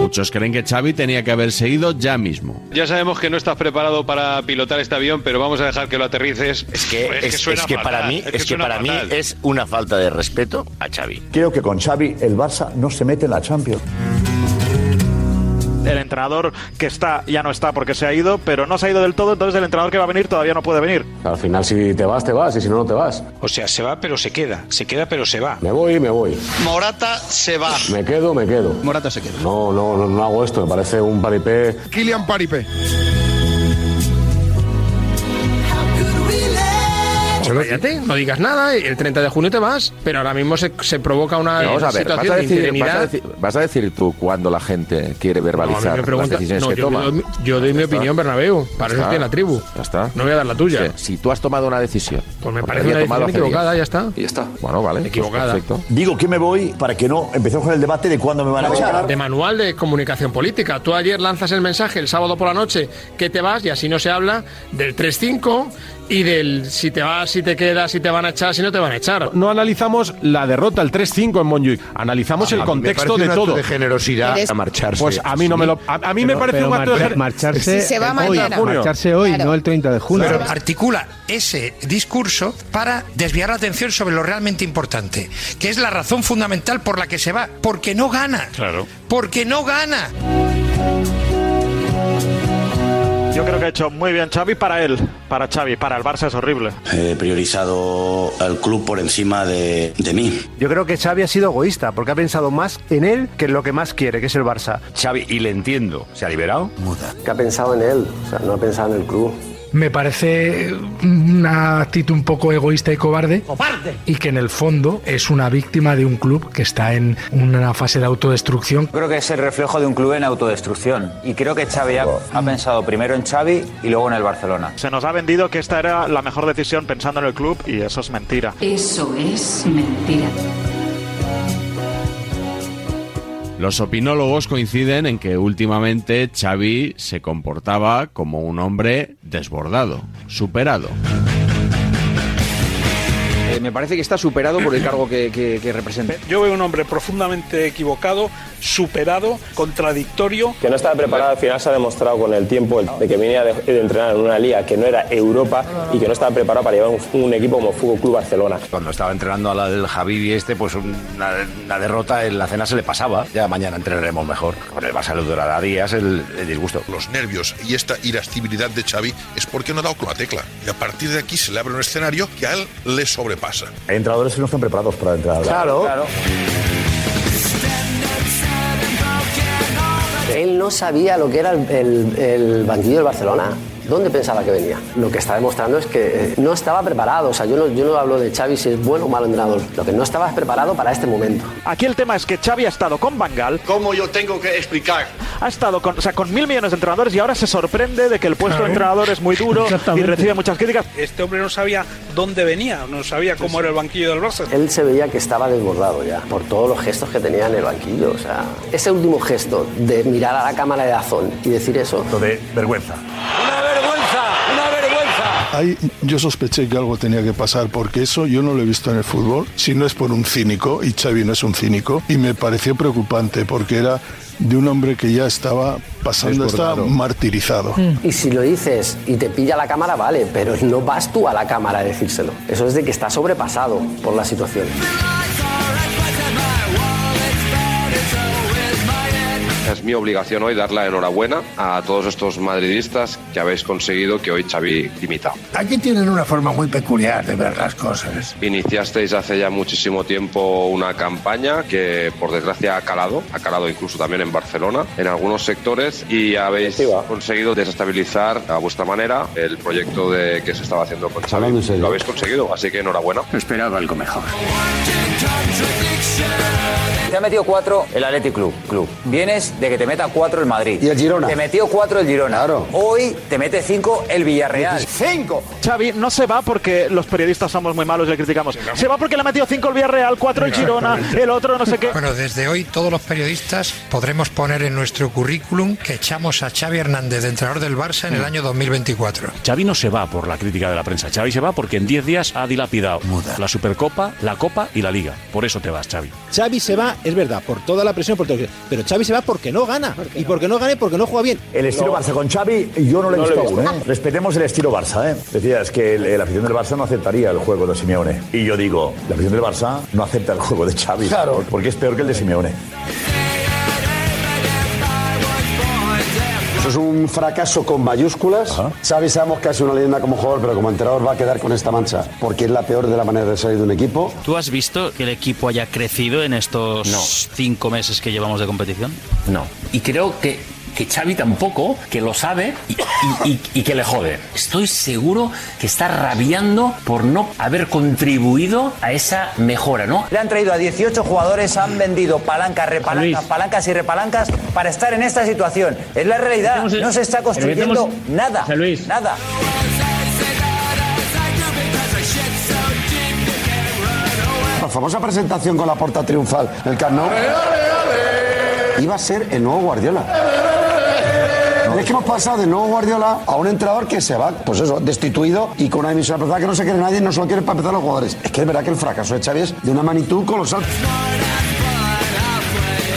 Muchos creen que Xavi tenía que haberse ido ya mismo.
Ya sabemos que no estás preparado para pilotar este avión, pero vamos a dejar que lo aterrices. Es que,
Es, es que para mí es, que para mí es una falta de respeto a Xavi.
Creo que con Xavi el Barça no se mete en la Champions.
El entrenador que está ya no está porque se ha ido, pero no se ha ido del todo, entonces el entrenador que va a venir todavía no puede venir.
Al final, si te vas, te vas, y si no, no te vas. O sea, se va, pero se queda. Se queda, pero se va. Me voy, me voy.
Morata se va.
Me quedo, me quedo.
Morata se queda.
No, no, no, no hago esto, me parece un paripé.
Kylian Paripé.
Cállate, no digas nada, el 30 de junio te vas, pero ahora mismo se, se provoca una
Vamos a ver, vas
Ah, situación
a,
de
decir, vas, a
interinidad.
decir, vas a decir tú cuando la gente
No, a
quiere
mí
verbalizar
me pregunta-
las decisiones
no,
que
yo,
toma.
doy- yo doy mi
está.
opinión, Bernabéu, para
Ya
eso estoy en
está.
la tribu.
Ya está.
No voy a dar la tuya.
Sí, si tú has tomado una decisión.
Pues me
porque
parece
había
una decisión
tomado hace días.
equivocada, ya está.
Y ya está. Ah. Bueno, vale. pues
Equivocada.
perfecto.
Digo que me voy para que no empecemos con el debate de cuándo me van a echar.
De manual de comunicación política. Tú ayer lanzas el mensaje el sábado por la noche que te vas y así no se habla del 3-5 y del si te vas, si te quedas, si te van a echar, si no te van a echar.
No analizamos la derrota, el 3-5 en Monjuic. Analizamos
A
el
mí me
contexto
parece
de
un acto
todo.
de generosidad Eres- a marcharse
Pues a mí no me lo. A, a mí me
Pero-
parece
pero
un acto
marcha-
de.
marcharse Sí, se va
hoy,
mañana.
junio.
Marcharse hoy, no el 30 de junio. Pero
articula ese discurso para desviar la atención sobre lo realmente importante, que es la razón fundamental por la que se va, porque no gana.
Claro.
Porque no gana.
Yo creo que ha hecho muy bien Xavi para él, para Xavi, para el Barça es horrible.
He priorizado al club por encima de, de mí.
Yo creo que Xavi ha sido egoísta porque ha pensado más en él que en lo que más quiere, que es el Barça.
Xavi, y le entiendo, ¿se ha liberado? Muda.
Que ha pensado en él, o sea, no ha pensado en el club.
Me parece una actitud un poco egoísta y cobarde. Y que en el fondo es una víctima de un club que está en una fase de autodestrucción.
Creo que es el reflejo de un club en autodestrucción. Y creo que Xavi ha, ha pensado primero en Xavi y luego en el Barcelona.
Se nos ha vendido que esta era la mejor decisión pensando en el club y eso es mentira.
Eso es mentira.
Los opinólogos coinciden en que últimamente Xavi se comportaba como un hombre desbordado, superado.
Eh, me parece que está superado por el cargo que, que- que representa.
Yo veo un hombre profundamente equivocado, superado, contradictorio.
Que no estaba preparado, al final se ha demostrado con el tiempo el- de que venía de, de entrenar en una liga que no era Europa y que no estaba preparado para llevar un, un equipo como Fútbol Club Barcelona.
Cuando estaba entrenando a la del Javi y este, pues un- una, una derrota en la cena se le pasaba. Ya mañana entrenaremos mejor. Con el Barça le durará días el, el disgusto.
Los nervios y esta irascibilidad de Xavi es porque no ha dado con la tecla. Y a partir de aquí se le abre un escenario que a él le sobrepasa.
Hay entrenadores que no están preparados para entrar.
Claro. Él no sabía lo que era el, el- el banquillo del Barcelona. ¿Dónde pensaba que venía? Lo que está demostrando es que eh, no estaba preparado. O sea, yo no, yo no hablo de Xavi si es bueno o mal entrenador. Lo que no estabas preparado para este momento.
Aquí el tema es que Xavi ha estado con Bangal. ¿Cómo yo tengo que explicar? Ha estado con, o sea, con mil millones de entrenadores y ahora se sorprende de que el puesto
Claro.
de entrenador es muy duro y
Exactamente.
recibe muchas críticas.
Este hombre no sabía dónde venía, no sabía cómo era el banquillo del Barça.
Él se veía que estaba desbordado ya por todos los gestos que tenía en el banquillo. O sea, ese último gesto de mirar a la cámara de Azón y decir eso. de vergüenza.
Ahí yo sospeché que algo tenía que pasar porque eso yo no lo he visto en el fútbol, si no es por un cínico, y Xavi no es un cínico, y me pareció preocupante porque era de un hombre que ya estaba pasando, estaba
Desbordado.
martirizado.
Mm. Y si lo dices y te pilla la cámara, vale, pero no vas tú a la cámara a decírselo. Eso es de que está sobrepasado por la situación.
Es mi obligación hoy dar la enhorabuena a todos estos madridistas que habéis conseguido que hoy Xavi dimita.
Aquí tienen una forma muy peculiar de ver las cosas.
Iniciasteis hace ya muchísimo tiempo una campaña que por desgracia ha calado, ha calado incluso también en Barcelona, en algunos sectores y habéis conseguido desestabilizar a vuestra manera el proyecto de que se estaba haciendo con
Hablando en
Xavi.
serio.
Lo habéis conseguido, así que enhorabuena.
Esperaba algo mejor.
Te ha metido cuatro el Athletic Club. Club. Vienes de que te meta cuatro el Madrid. Y el Girona. Te metió cuatro el Girona. Hoy te mete cinco el Villarreal. ¡Cinco!
Xavi no se va porque los periodistas somos muy malos y le criticamos. Se va porque le ha metido 5 el Villarreal, 4 el Girona, el otro no sé qué.
Bueno, desde hoy todos los periodistas podremos poner en nuestro currículum que echamos a Xavi Hernández, de entrenador del Barça, en el año 2024.
Xavi no se va por la crítica de la prensa. Xavi se va porque en 10 días ha dilapidado la Supercopa, la Copa y la Liga. Por eso te vas, Xavi.
Xavi se va, es verdad, por toda la presión, por todo, pero Xavi se va porque
porque no gana. Y porque no gane, porque no juega bien.
El estilo Barça con Xavi, yo no lo he visto aún, ¿eh? Respetemos el estilo Barça, ¿eh? Decías que el- la afición del Barça no aceptaría el juego de Simeone. Y yo digo, la afición del Barça no acepta el juego de Xavi. Claro. Porque es peor que el de Simeone.
Eso es un fracaso con mayúsculas. Xavi sabemos que es una leyenda como jugador, pero como entrenador va a quedar con esta mancha, porque es la peor de la manera de salir de un equipo.
¿Tú has visto que el equipo haya crecido en estos cinco meses que llevamos de competición?
No. Y creo que, que Xavi tampoco, que lo sabe y, y- y- y que le jode. Estoy seguro que está rabiando por no haber contribuido a esa mejora, ¿no?
Le han traído a 18 jugadores, han vendido palancas, repalancas, palancas y repalancas para estar en esta situación. Es la realidad.
Evitemos el-
No se está construyendo
evitemos-
nada.
José Luis.
Nada.
La famosa presentación con la puerta triunfal del Camp Nou iba a ser el nuevo Guardiola. Es que hemos pasado de nuevo Guardiola a un entrenador que se va, pues eso, destituido y con una dimisión aplazada que no se quiere nadie, no solo quiere para empezar los jugadores. Es que es verdad que el fracaso de Xavi es de una magnitud colosal.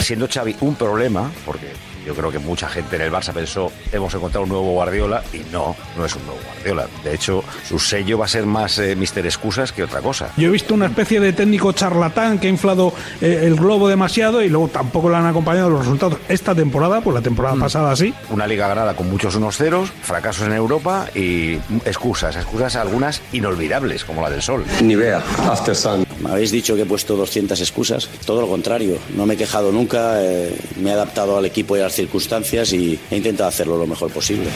siendo Xavi un problema, porque yo creo que mucha gente en el Barça pensó hemos encontrado un nuevo Guardiola y no, no es un nuevo Guardiola. De hecho, su sello va a ser más eh, Mister Excusas que otra cosa.
Yo he visto una especie de técnico charlatán que ha inflado eh, el globo demasiado y luego tampoco le han acompañado los resultados. Esta temporada, pues la temporada
Mm.
pasada sí.
Una liga ganada con muchos unos ceros, fracasos en Europa y excusas, excusas algunas inolvidables, como la del sol.
Nivea, After Sun. Me habéis dicho que he puesto 200 excusas. Todo lo contrario. No me he quejado nunca. eh, me he adaptado al equipo y a las circunstancias y he intentado hacerlo lo mejor posible.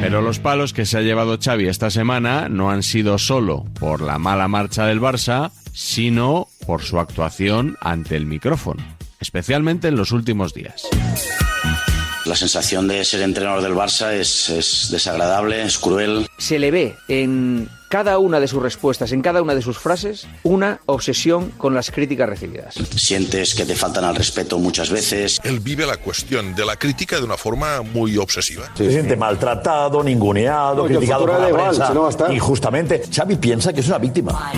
Pero los palos que se ha llevado Xavi esta semana no han sido solo por la mala marcha del Barça, sino por su actuación ante el micrófono, especialmente en los últimos días.
La sensación de ser entrenador del Barça es, es desagradable, es cruel.
se le ve en cada una de sus respuestas, en cada una de sus frases, una obsesión con las críticas recibidas.
Sientes que te faltan al respeto muchas veces.
Él vive la cuestión de la crítica de una forma muy obsesiva.
Se siente maltratado, ninguneado,
No, que el
criticado
futuro
por la
da igual,
prensa.
si no va a estar.
Injustamente, Xavi piensa que es una víctima.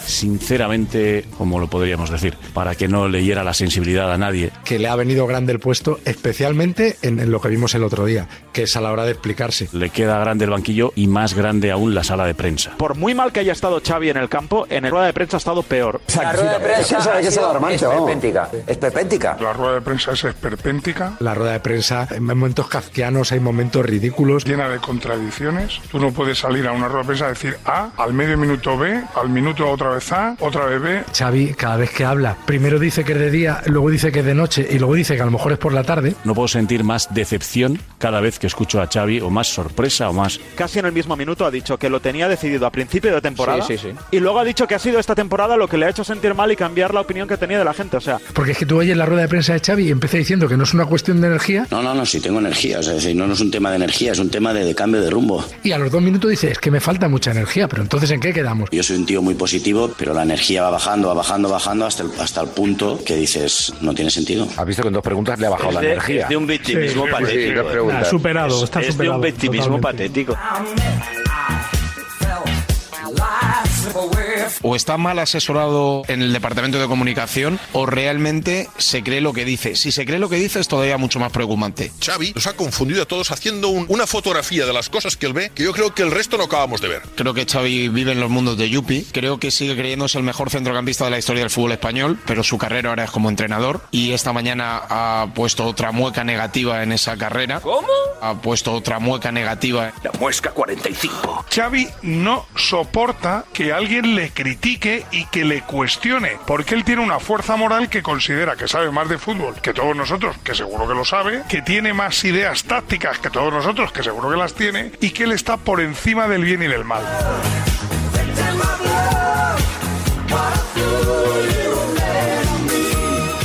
Sinceramente, como lo podríamos decir, para que no le hiera la sensibilidad a nadie.
que le ha venido grande el puesto, especialmente en, en lo que vimos el otro día, que es a la hora de explicarse.
Le queda grande el banquillo y más grande aún la sala de prensa.
Por muy mal que haya estado Xavi en el campo, en la rueda de prensa ha estado peor.
La
rueda de prensa ha sido esperpéntica,
esperpéntica.
La rueda de prensa es esperpéntica.
La rueda de prensa, hay momentos kafkianos, hay momentos ridículos.
llena de contradicciones. Tú no puedes salir a una rueda de prensa a decir A, al medio minuto B, al minuto otra vez A, otra vez B.
Xavi, cada vez que habla, primero dice que es de día, luego dice que es de noche y luego dice que a lo mejor es por la tarde.
No puedo sentir más decepción cada vez que escucho a Xavi, o más sorpresa, o más...
Casi en el mismo minuto ha dicho que lo tenía decidido a principio de temporada.
Sí, sí, sí.
Y luego ha dicho que ha sido esta temporada lo que le ha hecho sentir mal y cambiar la opinión que tenía de la gente. O sea,
Porque es que tú oyes la rueda de prensa de Xavi y empieza diciendo que no es una cuestión de energía
No, no, no, si tengo energía. o sea, es decir, no, no es un tema de energía, es un tema de, de cambio de rumbo.
y a los dos minutos dice, es que me falta mucha energía, pero entonces ¿en qué quedamos?
Yo soy un tío muy positivo, pero la energía va bajando, va bajando, bajando hasta el, hasta el punto que dices, no tiene sentido. Has visto que en dos preguntas le ha
bajado
la de- energía.
es de un
victimismo patético, eh.
Ha superado, está
es de un
superado.
victimismo
patético.
o está mal asesorado en el departamento de comunicación o realmente se cree lo que dice. Si se cree lo que dice es todavía mucho más preocupante.
Xavi nos ha confundido a todos haciendo un- una fotografía de las cosas que él ve que yo creo que el resto no acabamos de ver.
Creo que Xavi vive en los mundos de Yupi. Creo que sigue creyéndose el mejor centrocampista de la historia del fútbol español, pero su carrera ahora es como entrenador y esta mañana ha puesto otra mueca negativa en esa carrera. ¿Cómo? Ha puesto otra mueca negativa. La muesca 45.
Xavi no soporta que alguien le critique y que le cuestione, porque él tiene una fuerza moral que considera que sabe más de fútbol que todos nosotros, que seguro que lo sabe, que tiene más ideas tácticas que todos nosotros, que seguro que las tiene, y que él está por encima del bien y del mal.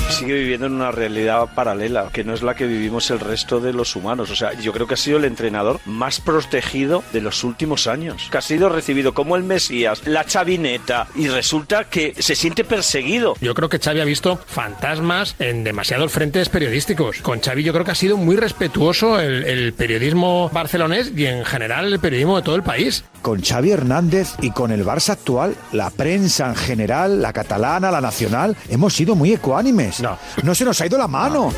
Sin
sigue viviendo en una realidad paralela, que no es la que vivimos el resto de los humanos. O sea, yo creo que ha sido el entrenador más protegido de los últimos años, que ha sido recibido como el Mesías, la chavineta, y resulta que se siente perseguido. Yo creo que Xavi ha visto fantasmas en demasiados frentes periodísticos. Con Xavi yo creo que ha sido muy respetuoso el, el periodismo barcelonés y en general el periodismo de todo el país.
Con Xavi Hernández y con el Barça actual, la prensa en general, la catalana, la nacional, hemos sido muy ecuánimes. No, se nos ha ido la mano.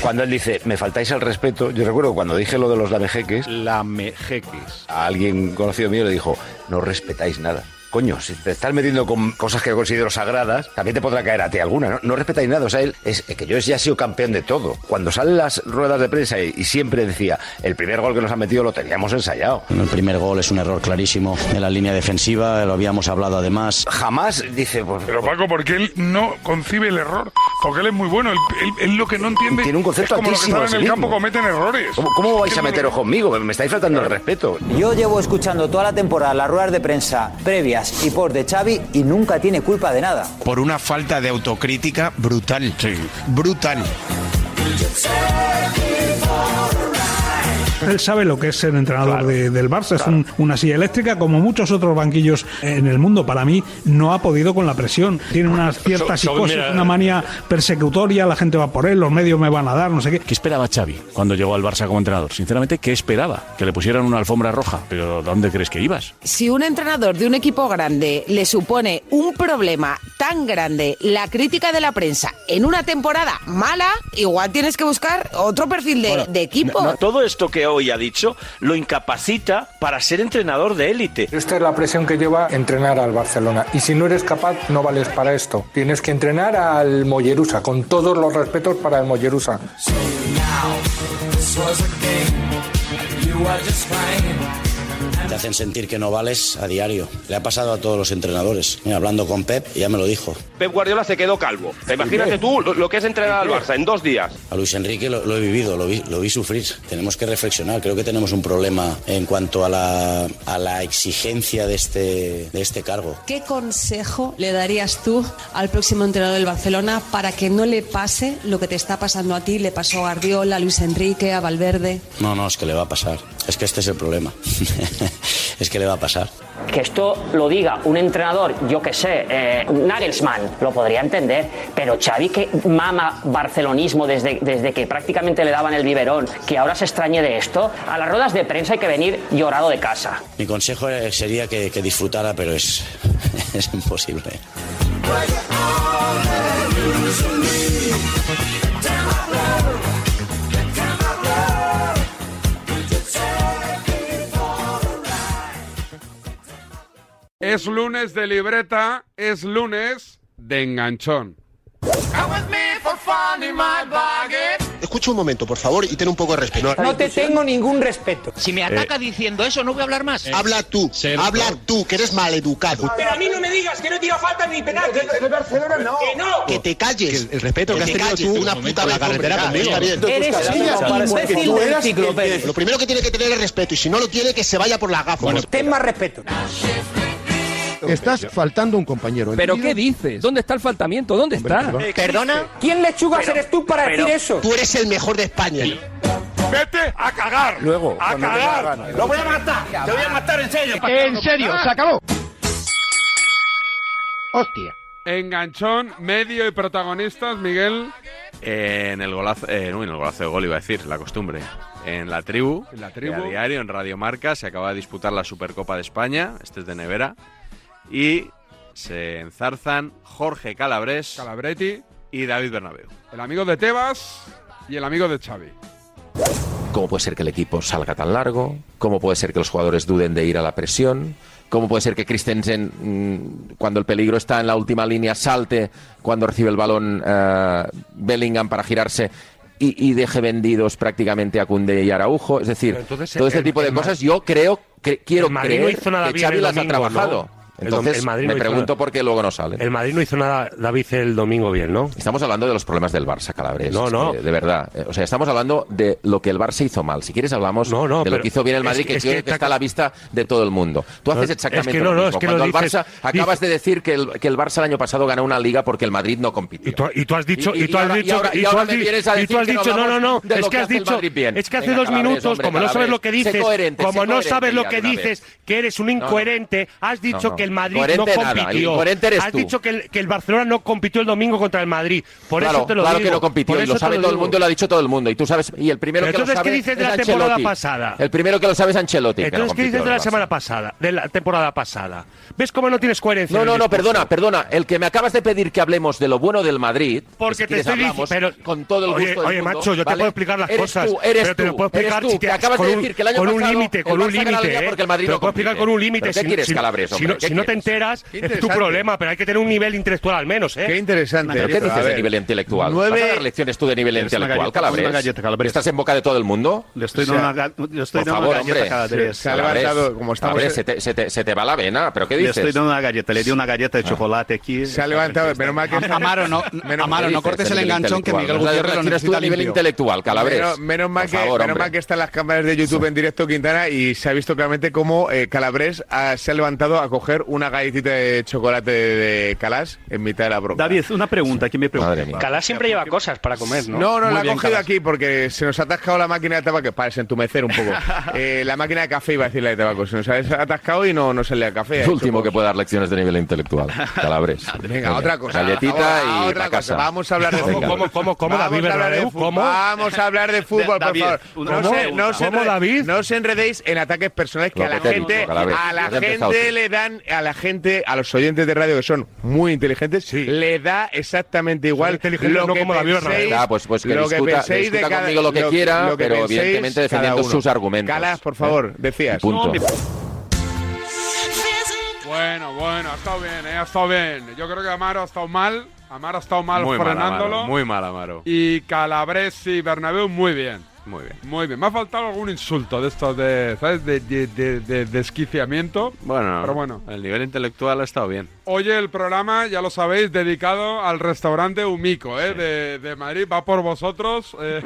Cuando él dice, me faltáis el respeto, yo recuerdo cuando dije lo de los lamejeques, lamejeques, a alguien conocido mío le dijo, no respetáis nada. Coño, si te estás metiendo con cosas que considero sagradas, también te podrá caer a ti alguna, ¿no? No respetáis nada. O sea, él es es que yo ya he sido campeón de todo. Cuando salen las ruedas de prensa y, y siempre decía, el primer gol que nos han metido lo teníamos ensayado.
El primer gol es un error clarísimo en la línea defensiva, lo habíamos hablado además.
Jamás dice, pues,
Pero Paco, porque él no concibe el error, porque él es muy bueno, él, él- él lo que no entiende
Tiene un concepto
es como los que
altísimo
están
de
en el
sí
campo
mismo.
cometen errores.
¿Cómo, cómo vais a meteros conmigo? Me estáis faltando el respeto.
Yo llevo escuchando toda la temporada las ruedas de prensa previas y por de Xavi y nunca tiene culpa de nada.
Por una falta de autocrítica brutal. Brutal.
Él sabe lo que es ser entrenador de- del Barça. Es un- una silla eléctrica, como muchos otros banquillos en el mundo. Para mí, no ha podido con la presión. Tiene una cierta
so-
psicosis,
mira- eh,
una manía persecutoria. La gente va por él, los medios me van a dar, no sé qué.
¿Qué esperaba Xavi cuando llegó al Barça como entrenador? Sinceramente, ¿qué esperaba? Que le pusieran una alfombra roja. Pero ¿dónde crees que ibas?
Si un entrenador de un equipo grande le supone un problema tan grande la crítica de la prensa en una temporada mala, igual tienes que buscar otro perfil de, de equipo.
No, no, todo esto que hoy ha dicho lo incapacita para ser entrenador de élite.
Esta es la presión que lleva entrenar al Barcelona. Y si no eres capaz, no vales para esto. Tienes que entrenar al Mollerusa, con todos los respetos para el Mollerusa.
Te hacen sentir que no vales a diario. Le ha pasado a todos los entrenadores. Mira, hablando con Pep, ya me lo dijo.
Pep Guardiola se quedó calvo. Imagínate tú lo, lo que es entrenar al Barça en dos días.
A Luis Enrique lo, lo he vivido, lo vi, lo vi sufrir. Tenemos que reflexionar. Creo que tenemos un problema en cuanto a la, a la exigencia de este, de este cargo.
¿Qué consejo le darías tú al próximo entrenador del Barcelona para que no le pase lo que te está pasando a ti? Le pasó a Guardiola, a Luis Enrique, a Valverde.
No, no, es que le va a pasar. Es que este es el problema. es que le va a pasar.
Que esto lo diga un entrenador, yo que sé, eh, Nagelsmann, lo podría entender, pero Xavi que mama barcelonismo desde, desde que prácticamente le daban el biberón, que ahora se extrañe de esto, a las ruedas de prensa hay que venir llorado de casa.
Mi consejo eh, sería que, que disfrutara, pero es, es imposible.
Es lunes de libreta, es lunes de enganchón.
Escucha un momento, por favor, y ten un poco de respeto.
No te tengo
ningún respeto. Si me
ataca diciendo eso, no voy a hablar
Eh,
más.
Habla tú, habla tú, que eres maleducado.
Pero a mí no me digas que no tira falta ni penalti. Barcelona no. Que no.
Que te calles. el respeto que has tenido tú una puta la carretera conmigo. Está bien.
Eres un imbécil del ciclo, Pérez.
Lo primero que tiene que tener es respeto, y si no lo tiene, que se vaya por las gafas.
ten más respeto. Estás faltando a un compañero.
¿Pero qué dices? ¿Dónde está el faltamiento? ¿Dónde está?
¿Perdona?
¿Quién lechugas
Pero-
eres tú para
pero-
decir eso?
Tú eres el mejor de España.
Vete a cagar. Luego, a
cuando tenga
cagar.
ganas.
Lo voy a matar. Te voy a matar en serio.
En serio, se acabó. Hostia.
Enganchón, medio y protagonistas, Miguel. Eh, en el golazo, eh, uy, en el golazo de gol iba a decir, la costumbre. En la tribu,
En La Tribu.
que a diario, en Radio Marca, se acaba de disputar la Supercopa de España, este es de Nevera, y se enzarzan Jorge Calabres
Calabretti.
y David Bernabeu.
El amigo de Tebas y el amigo de Xavi.
¿Cómo puede ser que el equipo salga tan largo? ¿Cómo puede ser que los jugadores duden de ir a la presión? ¿Cómo puede ser que Christensen, mm, cuando el peligro está en la última línea, salte cuando recibe el balón eh, Bellingham para girarse y, y deje vendidos prácticamente a Cunde y Araujo? Es decir,
Pero entonces,
todo este
el-
tipo de
el Ma-
cosas yo creo, que quiero
El Madrid
creer
no hizo nada
que
bien
Xavi
el
las ha
domingo,
trabajado.
¿no?
Entonces,
el Madrid
me
no hizo
pregunto
nada.
por qué luego no salen.
El Madrid no hizo nada, David, el domingo bien, ¿no?
Estamos hablando de los problemas del Barça, Calabres.
No,
Es
no.
que, De verdad. Eh, O sea, estamos hablando de lo que el Barça hizo mal. Si quieres hablamos de lo
pero
que hizo bien el
es
Madrid,
que-
que,
es
creo
que
que
está-
está a la vista de todo el mundo. Tú
No,
haces
es
exactamente
que
lo
no, no,
mismo.
es que lo
Cuando el
dices-
Barça acabas de decir que el, que el Barça el año pasado ganó una liga porque el Madrid no compitió.
Y tú, y tú has dicho,
Y- y
y, tú has
ahora- y
dicho,
ahora-
y
y
tú
ahora
has
me
di-
vienes a
y
decir
tú has
que no
dicho, no, no,
hablamos
no,
de
es
lo
que
que
has
hace el
dicho,
Madrid bien.
es que hace
Venga,
dos
Calabres,
minutos,
hombre,
como no sabes
Calabres,
lo que
sé
dices,
coherente,
como
sé
no
coherente
sabes lo
ya
que
de una
dices, que eres un
no.
incoherente, has dicho
No, no.
que el Madrid
Coherente
no
nada, el
compitió,
incoherente eres
has
tú.
dicho que el, que el Barcelona no compitió el domingo contra el Madrid, por
claro,
eso te lo
claro
digo.
que no compitió,
por
y lo
eso te
sabe todo el
digo.
mundo, y lo ha dicho todo el mundo. Y tú sabes, y el primero
Pero
que lo
entonces,
sabe
¿qué dices de
es
la temporada
Ancelotti.
pasada?
El primero que lo sabe es Ancelotti. que no
Entonces, ¿qué
compitió
dices de
el
la
Barça.
semana pasada, de la temporada pasada? ¿Ves cómo no tienes coherencia?
No,
en el
no, no,
discurso?
perdona, perdona. El que me acabas de pedir que hablemos de lo bueno del Madrid, que
Porque
si
te
quieres
estoy diciendo,
hablamos
pero
con todo el gusto
oye,
del
oye,
mundo,
macho, yo te
¿vale?
puedo explicar las
Eres
cosas,
tú, eres
pero te lo
tú,
puedo explicar
eres tú,
si te
que acabas
con
de
un-
decir que el año
con un
pasado
límite, con
el
un
Barça gana la
límite,
Liga
¿eh?
porque el Madrid
Te lo
no
puedo explicar
compite.
con un límite,
¿Pero qué
si-
quieres,
si no-
Calabres,
si
hombre?
no-
¿Qué
si no te
quieres?
enteras,
Qué
es tu
interesante.
problema, pero hay que tener un nivel intelectual al menos, ¿eh?
Qué
interesante.
¿Pero qué
A
dices de
ver.
nivel intelectual?
Nueve-
¿Vas a dar lecciones tú de nivel
Eres una
intelectual,
galleta,
Calabres?
una galleta, Calabres.
¿Estás en boca de todo el mundo?
Le estoy
O
dando
sea,
una ga- le estoy
por
dando una
favor,
galleta
hombre.
cada tres.
Se ha levantado, como
estamos-
se, te, se, te, se te va la vena. ¿Pero qué
Le
dices?
estoy dando una galleta, le di una galleta de chocolate aquí.
Se ha levantado,
pero mal
que-
Ah. Amaro, no, Amaro, no cortes el enganchón que Miguel Gutiérrez lo necesita
a nivel
limpio.
intelectual, Calabres.
Menos, menos mal
Por
que,
favor,
menos
hombre.
mal que están las cámaras de YouTube en directo, Quintana, y se ha visto claramente cómo eh, Calabres ha- se ha levantado a coger una galletita de chocolate de, de Calas en mitad de la broma.
David, una pregunta que me preocupa.
Calas siempre lleva cosas para comer, ¿no?
No, no,
Muy
la ha
bien,
cogido
Calas.
aquí porque se nos ha atascado la máquina de tabaco, para entumecer un poco. Eh, la máquina de café, iba a decir la de tabaco, se nos ha atascado y no, no se le da café. ha
Es
hecho
el último que puede dar lecciones de nivel intelectual, Calabres.
Venga, otra cosa.
Galletita
Vamos a
y
otra cosa.
pa' casa.
Vamos a hablar de
Venga.
fútbol. Vamos
David
a hablar de
Bernabéu?
fútbol.
¿Cómo?
Vamos a hablar de fútbol,
Da- David,
por favor.
una
No se,
pregunta.
no se
¿Cómo,
enre- no os enredéis en ataques personales que
Lo
a la
que te he
gente,
dicho, Calabres.
a la
Ya has empezado
gente
tú.
le dan, a la gente, a los oyentes de radio que son muy inteligentes, le da exactamente igual
inteligentes,
lo
no
que
como David
penséis,
Bernabéu. Ya, pues- pues que
lo que
discuta-
penséis de
discuta
cada-
conmigo lo que quiera,
lo que
pero
penséis
evidentemente
cada
defendiendo
uno.
sus argumentos.
Calas, por favor,
¿Eh?
decías.
Y punto. No, mi-
Bueno, bueno, ha estado bien, eh, ha estado bien. Yo creo que Amaro ha estado mal. Amaro ha estado mal
Muy mal,
frenándolo.
Amaro, muy mal, Amaro.
Y Calabres y Bernabéu muy bien.
Muy bien.
Muy bien. Me ha faltado algún insulto de estos de, ¿sabes? De, de, de- de Eh, desquiciamiento.
Bueno,
Pero bueno.
el nivel intelectual ha estado bien.
Hoy el programa, ya lo sabéis, dedicado al restaurante Umico, ¿eh? De, de Madrid. Va por vosotros. eh.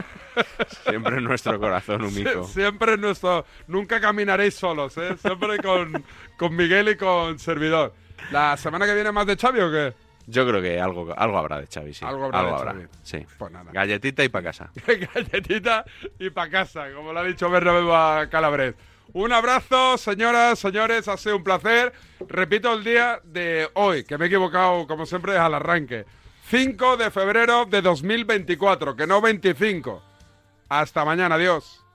Siempre en nuestro corazón, Umico.
Sie- Siempre en nuestro. Nunca caminaréis solos, ¿eh? Siempre con, con Miguel y con Servidor. ¿La semana que viene más de Xavi o qué?
Yo creo que algo, algo habrá de Xavi, sí.
Algo habrá de Xavi.
Sí.
Pues nada.
Galletita y para casa.
Galletita y pa' casa, como lo ha dicho Bernabéu a Calabres. Un abrazo, señoras, señores, ha sido un placer. Repito el día de hoy, que me he equivocado, como siempre, al arranque. 5 de febrero de 2024, que no 25. Hasta mañana, adiós.